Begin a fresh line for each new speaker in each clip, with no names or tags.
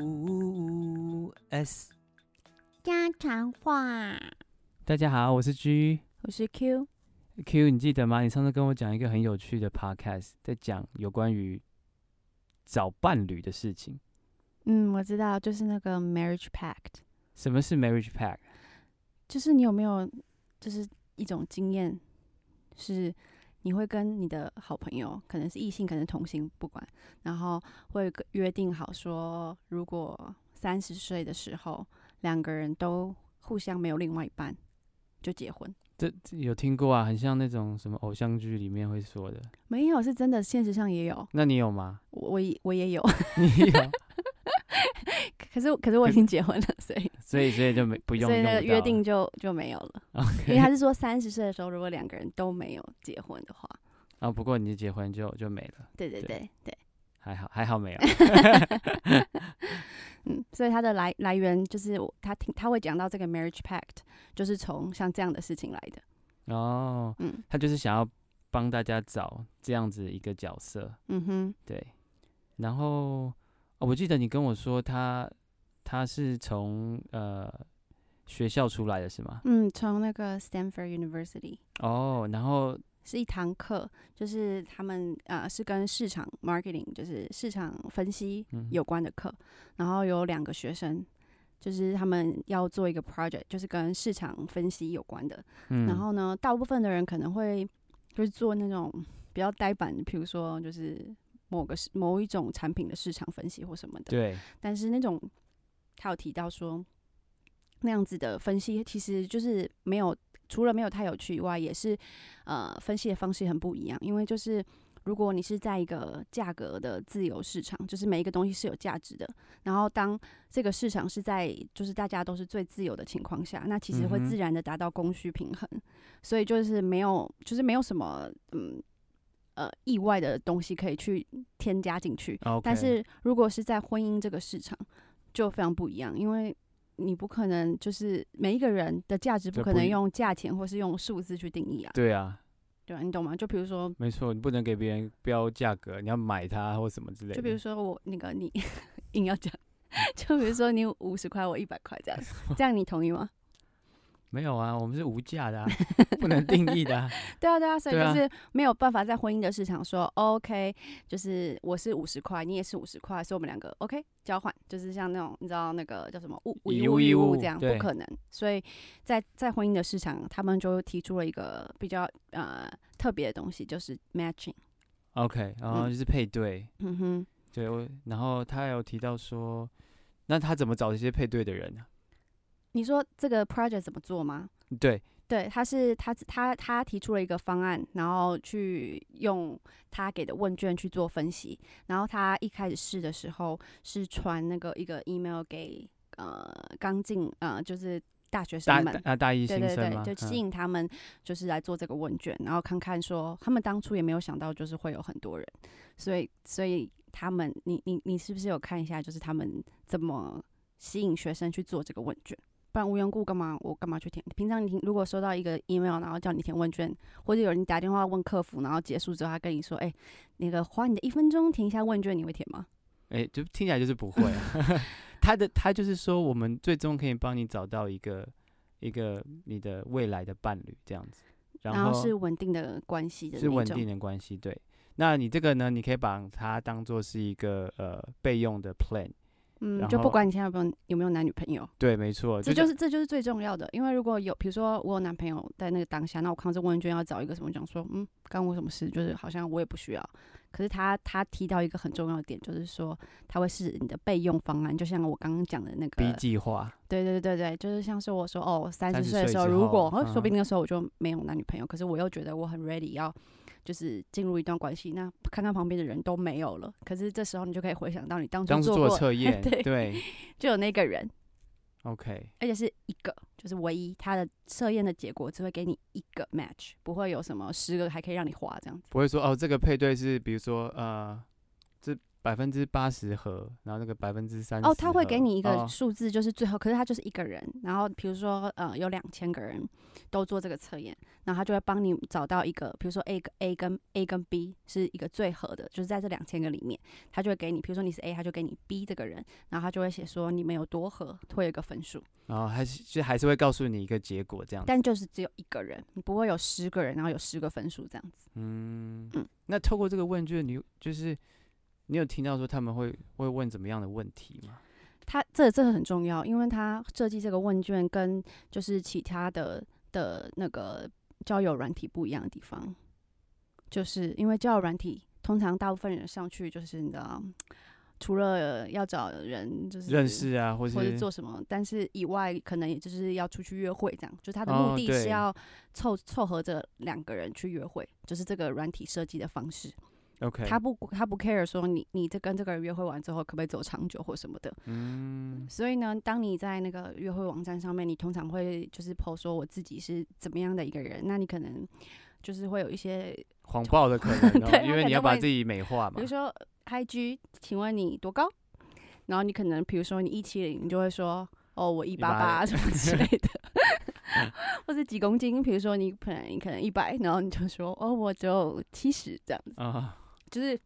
U S。
家常话，
大家好，我是 G
我是 Q，
Q，你记得吗？你上次跟我讲一个很有趣的 podcast，在讲有关于找伴侣的事情。
嗯，我知道，就是那个 marriage pact，
什么是 marriage pack？
就是你有没有就是一种经验，是你会跟你的好朋友，可能是异性，可能是同性，不管，然后会跟约定好说，如果三十岁的时候两个人都互相没有另外一半，就结婚。
这这有听过啊，很像那种什么偶像剧里面会说的。
没有，是真的，现实上也有，
那你有吗？
我我也我也有，
你有，
可是可是我已经结婚了，所以
所以所以就没不用
所以
用
那个
不
约
到
定就就没有了。 因为他
，OK
是说三十岁的时候，如果两个人都没有结婚的话，
啊。不过你结婚就就没了，
对对
对
对对，
还好还好 没有。
嗯，所以他的来来源就是我他听他会讲到这个 marriage pact，就是从像这样的事情来的，
哦，
嗯
他就是想要帮大家找这样子一个角色，
嗯哼，
对。然后、哦、我记得你跟我说他他是从呃学校出来的是吗？
嗯，从那个 Stanford University
哦，然后
是一堂课，就是他们呃是跟市场 marketing 就是市场分析
嗯
有关的课，然后有两个学生。就是他们要做一个 project，就是跟市场分析有关的，
嗯，
然后呢，大部分的人可能会就是做那种比较呆板的，比如说就是某个市某一种产品的市场分析或什么的。
对，
但是那种他有提到说，那样子的分析其实就是没有除了没有太有趣以外，也是呃分析的方式很不一样，因为就是。如果你是在一个价格的自由市场，就是每一个东西是有价值的，然后当这个市场是在就是大家都是最自由的情况下，那其实会
嗯哼
自然的达到供需平衡，所以就是没有就是没有什么嗯呃意外的东西可以去添加进去，
o
但是如果是在婚姻这个市场，就非常不一样，因为你不可能就是每一个人的价值
对
不可
不
能
一
用价钱或是用数字去定义啊，
对啊，
对吧？你懂吗？就比如说，
没错，你不能给别人标价格，你要买它或什么之类的。
就比如说我那个你 硬要讲， 就比如说你五十块，我一百块这样，这样你同意吗？
没有啊，我们是无价 的、啊，不能定义的、啊。
对啊，对啊，所以
对
就
啊
是没有办法在婚姻的市场说 OK，就是我是五十块，你也是五十块，所以我们两个 OK 交换，就是像那种你知道那个叫什么物
以
以
物
物
易
以
物
物这样，
对
不可能。所以在在婚姻的市场，他们就提出了一个比较呃特别的东西，就是 matching。
OK，然后
嗯
就是配对，
嗯哼，
对我，然后他还有提到说，那他怎么找这些配对的人啊呢、
你说这个 project 怎么做吗？
对，
对，他是他他他提出了一个方案，然后去用他给的问卷去做分析。然后他一开始试的时候是传那个一个 email 给呃刚进呃就是大学
大
生
大
们，
啊大一
对
新
对
生吗？
对，就吸
嗯
引他们就是来做这个问卷，然后看看说他们当初也没有想到就是会有很多人，所以所以他们你你你是不是有看一下就是他们怎么吸引学生去做这个问卷？不然无缘故干嘛？我干嘛去填？平常你如果收到一个 email，然后叫你填问卷，或者有人打电话问客服，然后结束之后他跟你说：“哎、那个花你的一分钟填一下问卷，你会填吗
哎、就听起来就是不会啊。 他的他就是说，我们最终可以帮你找到一个一个你的未来的伴侣这样子，？”
然
后
后是稳定的关系的
是
那
稳
种
定。的关系。对，那你这个呢，你可以把它当做是一个呃备用的 plan。
嗯，
然
就
后
不管你现在有没有有没有男女朋友，
对，没错，
这就是是这就是最重要的，因为如果有，比如说我有男朋友在那个当下，那我看到这问卷要找一个什么讲说，嗯，干我什么事？就是好像我也不需要。可是他他提到一个很重要的点，就是说他会是你的备用方案，就像我刚刚讲的那
B
个，
计划。
对对对对，就是像是我说哦，三
30
十岁的
岁
时候，
之
如果
后
哦说不
嗯
定那时候我就没有男女朋友，可是我又觉得我很 ready 要就是进入一段关系，那看看旁边的人都没有了，可是这时候你就可以回想到你当初
当初
做
做
过
测验，
对
对
就有那个人，
，OK，
而且是一个，就是唯一，它的测验的结果只会给你一个 match，不会有什么十个还可以让你划这样子。
不会说哦，这个配对是比如说呃，这百分之八十合，然后那个百分之三
哦，他会给你一个
哦
数字，就是最后，可是他就是一个人，然后比如说呃有两千个人都做这个测验，然后他就会帮你找到一个，比如说 A 跟 A 跟 A 跟 B 是一个最合的，就是在这两千个里面，他就会给你，比如说你是 A，他就给你 B 这个人，然后他就会写说你们有多合，会有一个分数，
然后还是就还是会告诉你一个结果这样子。
但就是只有一个人，你不会有十个人，然后有十个分数这样子。
嗯
嗯，
那透过这个问卷，你就是你有听到说他们会会问怎么样的问题吗？
他这这很重要，因为他设计这个问卷跟就是其他的的那个交友软体不一样的地方，就是因为交友软体通常大部分人上去就是你知道，除了要找人就是
认识啊，或是
或者做什么，但是以外可能也就是要出去约会这样，就是他的
哦
目的
对
是要凑、凑合着两个人去约会，就是这个软体设计的方式。
OK，
他不他不 care 说你你这跟这个人约会完之后可不可以走长久或什么的，
嗯
所以呢，当你在那个约会网站上面，你通常会就是 PO 说我自己是怎么样的一个人，那你可能就是会有一些，
谎报的可能、
对
哦，因
他
为
可
你要
能
把
会
自己美化嘛
比如。说 IG，请问你多高？然后你可能比如说你一七零，你就会说哦我一八
180
八什么之类的，或者几公斤，比如说你可能你可能一百，然后你就说哦我只有七十这样子，
啊，
就是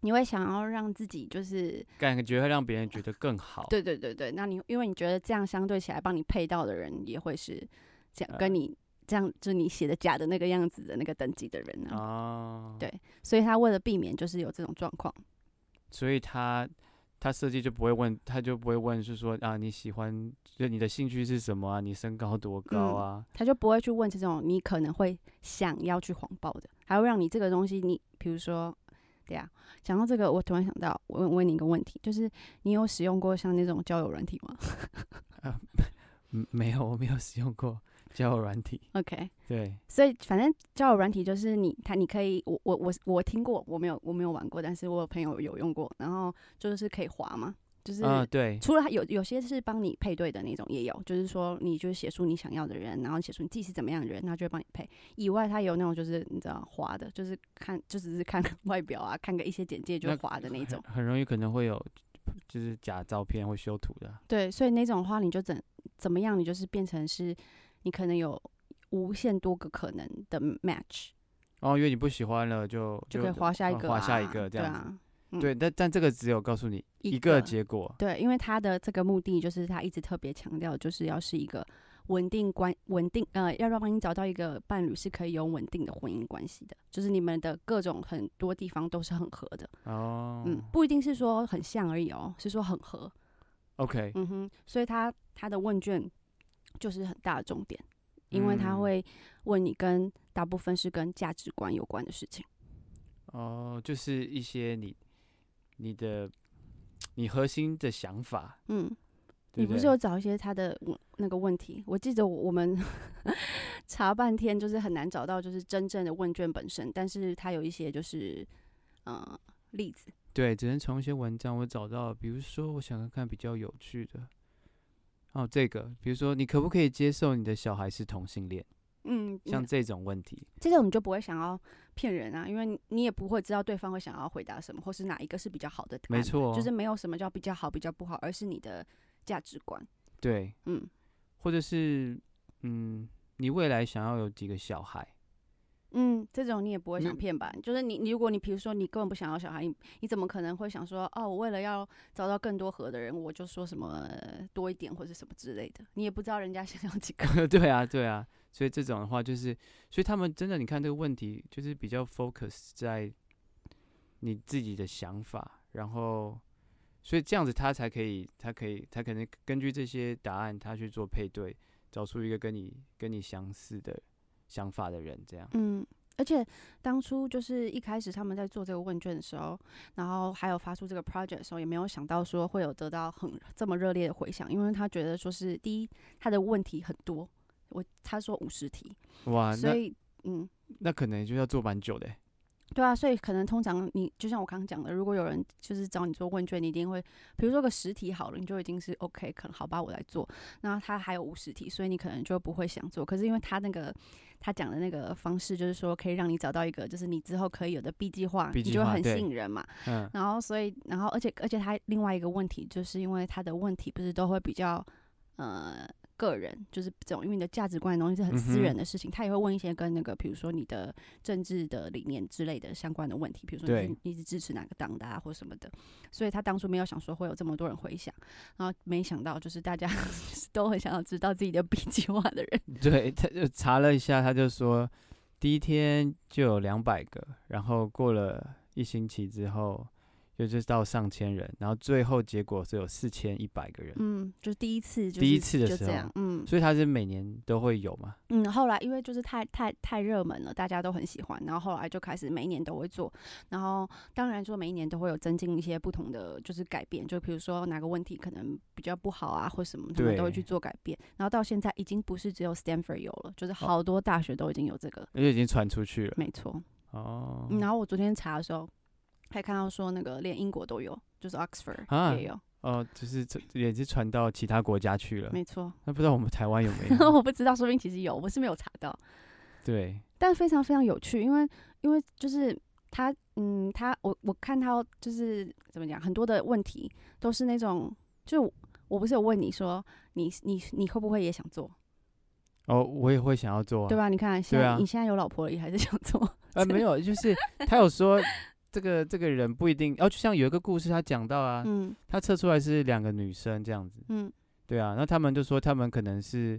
你会想要让自己就是
感觉会让别人觉得更好。
对对对对，那你因为你觉得这样相对起来，帮你配到的人也会是这样
呃
跟你这样，就你写的假的那个样子的那个等级的人啊。
哦，
对所以他为了避免就是有这种状况，
所以他他设计就不会问，他就不会问是说啊你喜欢，就你的兴趣是什么啊，你身高多高
嗯
啊，
他就不会去问这种你可能会想要去谎报的，还会让你这个东西你，比如说，对呀、讲到这个，我突然想到，我问问你一个问题，就是你有使用过像那种交友软体吗
嗯， 没有，我没有使用过交友软体。
？OK，
对，
所以反正交友软体就是你，它你可以，我我我我听过，我没有我没有玩过，但是我有朋友有用过，然后就是可以滑嘛，就是、
啊、对，
除了它有有些是帮你配对的那种也有，就是说你就是写出你想要的人，然后写出你自己是怎么样的人，然后就会帮你配。以外，它有那种就是你知道滑的，就是看就只是看外表啊，看个一些简介就
那
滑的那 种。
很容易可能会有就是假照片或修图的啊。
对，所以那种的话，你就怎怎么样，你就是变成是你可能有无限多个可能的 match，
哦，因为你不喜欢了就
就可以滑下一个、啊，
滑下一个这
对
样子。
啊嗯
对，但但这个只有告诉你
一
一个
个
结果，
对，因为他的这个目的就是他一直特别强调，就是要是一个稳定关稳定呃，要让帮你找到一个伴侣是可以有稳定的婚姻关系的，就是你们的各种很多地方都是很合的，
哦，
嗯，不一定是说很像而已哦，是说很合，
，OK，
嗯哼，所以他他的问卷就是很大的重点，因为他
嗯
会问你跟大部分是跟价值观有关的事情，
哦，就是一些你你的你核心的想法，
嗯，
对
你
不
不
对
是有找一些他的问那个问题？我记得我我们 查半天，就是很难找到就是真正的问卷本身，但是它有一些就是呃例子，
对，只能从一些文章我找到，比如说我想看看比较有趣的，哦，这个，比如说你可不可以接受你的小孩是同性恋，
嗯，
像
嗯
这种问题，
这种你就不会想要骗人啊，因为你你也不会知道对方会想要回答什么，或是哪一个是比较好的答案，
没，错哦，
就是没有什么叫比较好、比较不好，而是你的价值观，
对，
嗯，
或者是嗯，你未来想要有几个小孩，
嗯，这种你也不会想
嗯
骗吧？就是你，你如果你比如说你根本不想要小孩，你你怎么可能会想说哦，我为了要找到更多合的人，我就说什么呃多一点或者什么之类的？你也不知道人家 想要几个。
对啊，对啊，所以这种的话就是，所以他们真的，你看这个问题就是比较 focus 在你自己的想法，然后，所以这样子他才可以，他可以，他可能根据这些答案，他去做配对，找出一个跟你跟你相似的想法的人，这样。
嗯，而且当初就是一开始他们在做这个问卷的时候，然后还有发出这个 project 的时候，也没有想到说会有得到很这么热烈的回响，因为他觉得说是第一，他的问题很多，我他说五十题，
哇，
所
啊那
以嗯，
那可能就要做蛮久的欸，
对啊，所以可能通常你就像我刚刚讲的，如果有人就是找你做问卷，你一定会，比如说个十题好了，你就已经是 OK，可能好吧，我来做。那他还有五十题，所以你可能就不会想做。可是因为他那个他讲的那个方式，就是说可以让你找到一个，就是你之后可以有的 B 计划，
B
你
计
就会
划
很吸
对
引人嘛。
嗯，
然后所以，然后而且而且他另外一个问题，就是因为他的问题不是都会比较呃个人，就是这种因为你的价值观的东西是很
嗯
私
哼
人的事情，他也会问一些跟那个比如说你的政治的理念之类的相关的问题，比如说你
对
是你是支持哪个党的啊或什么的，所以他当初没有想说会有这么多人回想，然后没想到就是大家 就是都很想要知道自己的 B 计划的人，
对，他就查了一下，他就说第一天就有两百个，然后过了一星期之后，又就是到上千人，然后最后结果是有四千一百个人，
嗯，就是第一次、就是，
第一次的
就
时
这
候
样，嗯，
所以他是每年都会有嘛。
嗯，后来因为就是太太太热门了，大家都很喜欢，然后后来就开始每一年都会做，然后当然说每一年都会有增进一些不同的就是改变，就比如说哪个问题可能比较不好啊，或什么，他们都会
对
去做改变。然后到现在已经不是只有 Stanford 有了，就是好多大学都已经有这个，
而且已经传出去了
没错。
哦。
嗯然后我昨天查的时候还看到说那个连英国都有，就是 Oxford
啊
也有，
哦，就是这也是传到其他国家去了。
没错。
那不知道我们台湾有 没有？
我不知道，说不定其实有，我是没有查到。
对，
但非常非常有趣，因为因为就是他，嗯，他我我看他就是怎么讲，很多的问题都是那种，就我不是有问你说你你你会不会也想做，
哦，我也会想要做、啊，
对吧？你看现
对
在、
啊
你现在有老婆了，也还是想做，
呃，没有，就是他有说这个这个人不一定，哦，就像有一个故事他讲到 啊，
嗯
他测出来是两个女生这样子，
嗯，
对啊，那他们就说他们可能是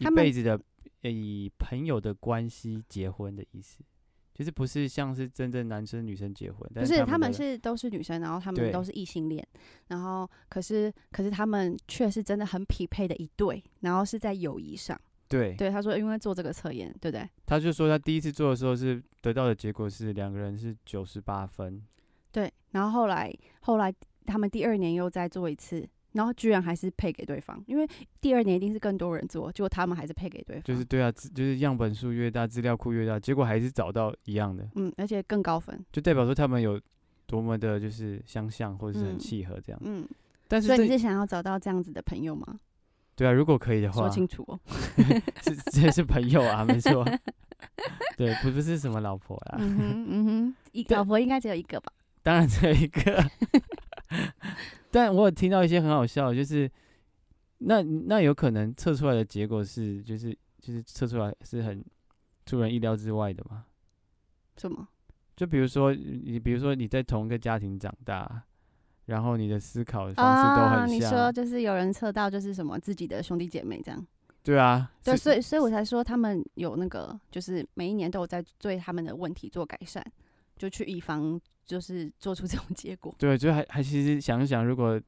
一
他们
辈子的呃以朋友的关系结婚的意思，就是不是像是真正男生女生结婚，
不
但
是
他
他们
的
是都是女生，然后他们
对
都是异性恋，然后可是可是他们却是真的很匹配的一对，然后是在友谊上，
对，
对他说因为做这个测验，对不对？
他就说他第一次做的时候是得到的结果是两个人是九十八分，
对，然后后来后来他们第二年又再做一次，然后居然还是配给对方，因为第二年一定是更多人做，结果他们还是配给对方，
就是对啊，资就是样本数越大，资料库越大，结果还是找到一样的，
嗯，而且更高分，
就代表说他们有多么的就是相像或者是
嗯
很契合这样。
嗯，
但是
所以你
这
是想要找到这样子的朋友吗？
对啊，如果可以的
说
话，
清楚哦，
是这是朋友 啊，没 错。对，不不是什么老婆啦，
嗯哼嗯哼，一
对
老婆应该只有一个吧？
当然只有一个。 但我有听到一些很好笑的，就是那那有可能测出来的结果是，就是就是测出来是很出人意料之外的嘛。
什么？
就比如说你，比如说你在同一个家庭长大，然后你的思考的方式都
啊，
很
你
像，
说就是有人测到就是什么自己的兄弟姐妹这样，
对啊，
对，
是
所以所以我才说他们有那个，就是每一年都有在对他们的问题做改善，就去以防就是做出这种结果，
对，就还还其实想一想，如果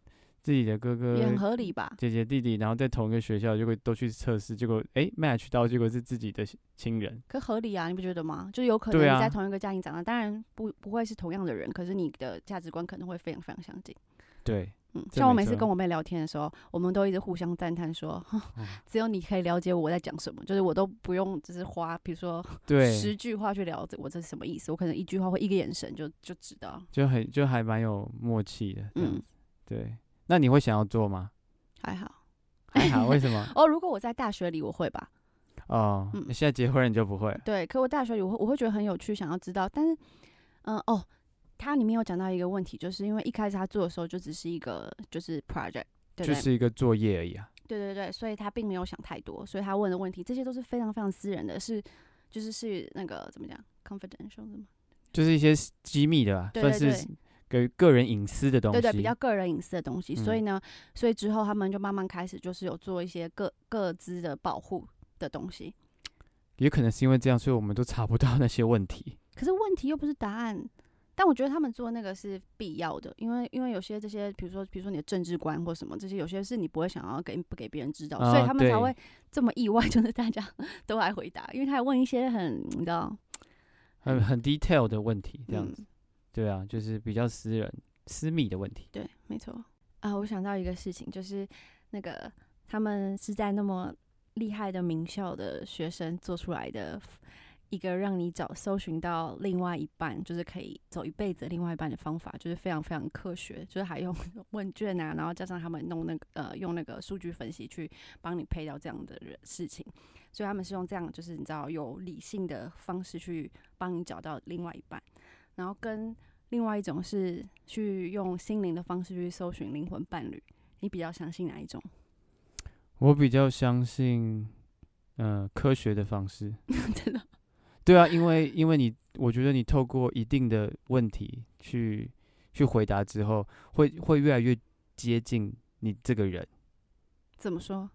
自己的哥哥
也很合理吧？
姐姐弟弟，然后在同一个学校，结果都去测试，结果诶 match 到，结果是自己的亲人，
可合理啊，你不觉得吗？就有可能
对
你
啊
在同一个家庭长大，当然不不会是同样的人，可是你的价值观可能会非常非常相近。
对，
嗯，
这
像我
没
每次
错
跟我妹聊天的时候，我们都一直互相赞叹说， 哼
哦
只有你可以了解我在讲什么，就是我都不用就是花，比如说十
对，
句话去了解我这是什么意思，我可能一句话或一个眼神就就知道。
就很就还蛮有默契的，嗯
嗯，，
对。那你会想要做吗？
还好。
还好，为什么？
哦，如果我在大学里，我会吧。
哦，
嗯
现在结婚了你就不会了，
对，可我大学里我会我会觉得很有趣，想要知道。但是，嗯、哦，它里面有讲到一个问题，就是因为一开始他做的时候就只是一个就是 project，对不
就
对？
是一个作业而已啊。
对对对，所以他并没有想太多，所以他问的问题这些都是非常非常私人的，是就是是那个怎么讲 confidential 的嘛？
就是一些私机密的、啊，
对对
算
对
是给个人隐私的东西。
对对，比较个人隐私的东西。所以
嗯
呢，所以之后他们就慢慢开始就是有做一些各各自的保护的东西。
也可能是因为这样，所以我们都查不到那些问题。
可是问题又不是答案。但我觉得他们做那个是必要的，因为因为有些这些，比如说比如说你的政治观或什么，这些有些是你不会想要给不给别人知道，所以
啊
他们才
对
会这么意外， 就是大家都来回答，因为他还问一些很你知道
很很 detail 的问题，这样
嗯
子，对啊，就是比较私人、私密的问题。
对，没错。啊，我想到一个事情，就是那个他们是在那么厉害的名校的学生做出来的一个让你找搜寻到另外一半，就是可以走一辈子的另外一半的方法，就是非常非常科学，就是还用 问卷啊，然后加上他们弄那个呃用那个数据分析去帮你配到这样的人事情，所以他们是用这样就是你知道有理性的方式去帮你找到另外一半，然后跟另外一种是去用心灵的方式去搜寻灵魂伴侣，你比较相信哪一种？
我比较相信，呃，科学的方式。
真的
对啊，因为因为你，我觉得你透过一定的问题去去回答之后，会会越来越接近你这个人。
怎么说？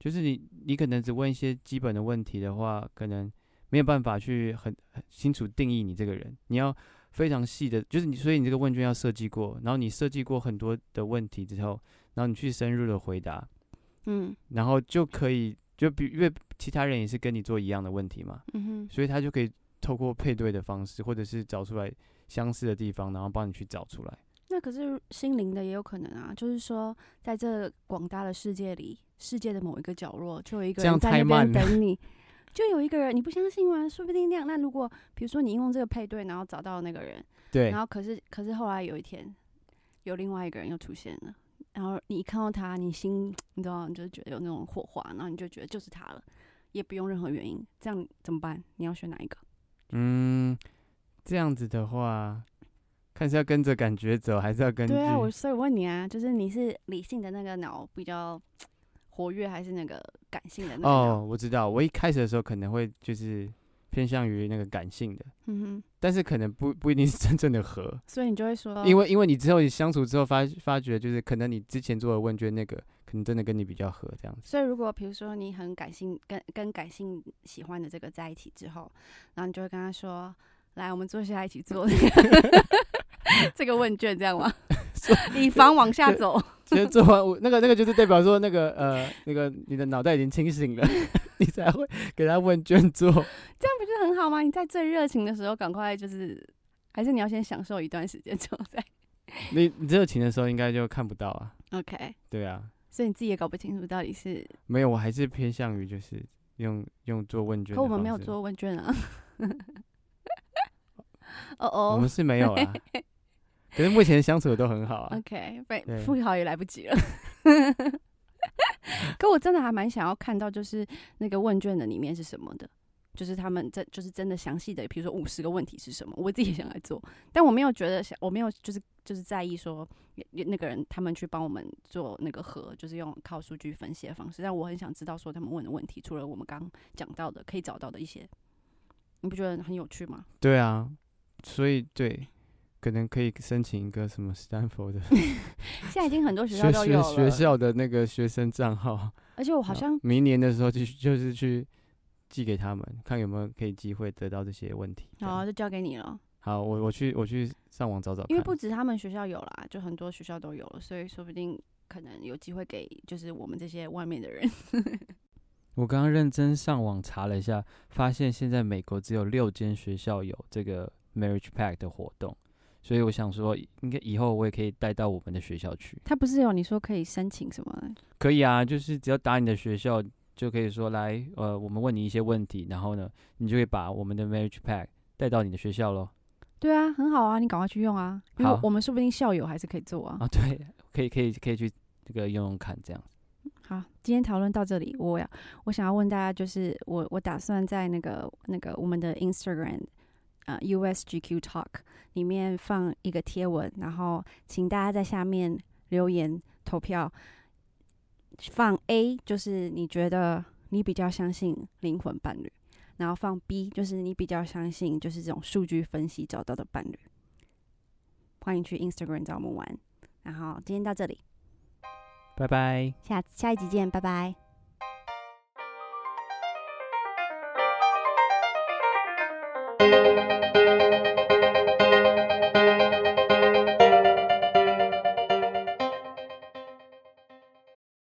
就是你你可能只问一些基本的问题的话，可能没有办法去很很清楚定义你这个人。你要非常细的，就是你，所以你这个问卷要设计过，然后你设计过很多的问题之后，然后你去深入的回答，
嗯
然后就可以就比因为其他人也是跟你做一样的问题嘛，
嗯哼。
所以他就可以透过配对的方式，或者是找出来相似的地方，然后帮你去找出来。
那可是心灵的也有可能啊，就是说，在这广大的世界里，世界的某一个角落，就有一个
这样
人在
太
那
慢
边
了
等你，就有一个人，你不相信吗？说不定那样。那如果比如说你用这个配对，然后找到那个人，
对
然，后可是可是后来有一天，有另外一个人又出现了，然后你一看到他，你心你知道，你就觉得有那种火花，然后你就觉得就是他了，也不用任何原因，这样怎么办？你要选哪一个？
嗯，这样子的话，看是要跟着感觉走，还是要根据？
对啊，我所以问你啊，就是你是理性的那个脑比较活跃，还是那个感性的那个脑？
哦，我知道，我一开始的时候可能会就是偏向于那个感性的，
嗯哼，
但是可能不不一定是真正的合，
所以你就会说，
因
为
为因为你之后你相处之后发发觉，就是可能你之前做的问卷那个，可能真的跟你比较合这样子。
所以如果比如说你很感性，跟跟感性喜欢的这个在一起之后，然后你就会跟他说，来，我们坐下来一起做这 个这个问卷，这样吗？ 以防往下走，
其实做完我那个那个就是代表说那个呃那个你的脑袋已经清醒了， 你才会给他问卷做。
这样不就很好吗？你在最热情的时候，赶快就是，还是你要先享受一段时间之后再
你你热情的时候应该就看不到啊，
OK。
对啊，
所以你自己也搞不清楚到底是
没有，我还是偏向于就是用用做问卷。
可我们没有，做问卷啊。哦
我
哦
们是没有 啦。可是目前相处的都很好啊。
，OK，被
对
复考也来不及了。 可我真的还蛮想要看到，就是那个问卷的里面是什么的，就是他们真就是真的详细的，比如说五十个问题是什么，我自己也想来做，但我没有觉得想，我没有就是就是在意说也也那个人他们去帮我们做那个和，就是用靠数据分析的方式，但我很想知道说他们问的问题，除了我们刚刚讲到的可以找到的一些，你不觉得很有趣吗？
对啊，所以对，可能可以申请一个什么斯坦福的
现在已经很多学校
学
都有
学
了，
学校的那个学生账号，
而且我好
然后
像
明年的时候就就是去 寄给他们，看有没有可以机会得到这些问题。这样
好就交给你了，
好，我我去我去上网找找看，
哦因为不止他们学校有啦，就很多学校都有了，所以说不定可能有机会给就是我们这些外面的人。
我刚刚认真上网查了一下，发现现在美国只有六间学校有这个 marriage pack 的活动，所以我想说，应该以后我也可以带到我们的学校去。
他不是有你说可以申请什么？
可以啊，就是只要打你的学校，就可以说来，呃，我们问你一些问题，然后呢，你就可以把我们的 marriage pack 带到你的学校咯。
对啊，很好啊，你赶快去用啊，因为
好
我们说不定校友还是可以做啊。
啊，对，可以可以可以去这个用用看，这样。
好，今天讨论到这里，我要我想要问大家，就是我我打算在那个那个我们的 Instagram 呃 USGQ Talk 里面放一个贴文，然后请大家在下面留言投票，放 A 就是你觉得你比较相信灵魂伴侣，然后放 B 就是你比较相信就是这种数据分析找到的伴侣。欢迎去 Instagram 找我们玩，然后今天到这里，
拜拜。
下下一集见，拜拜。
Thank you.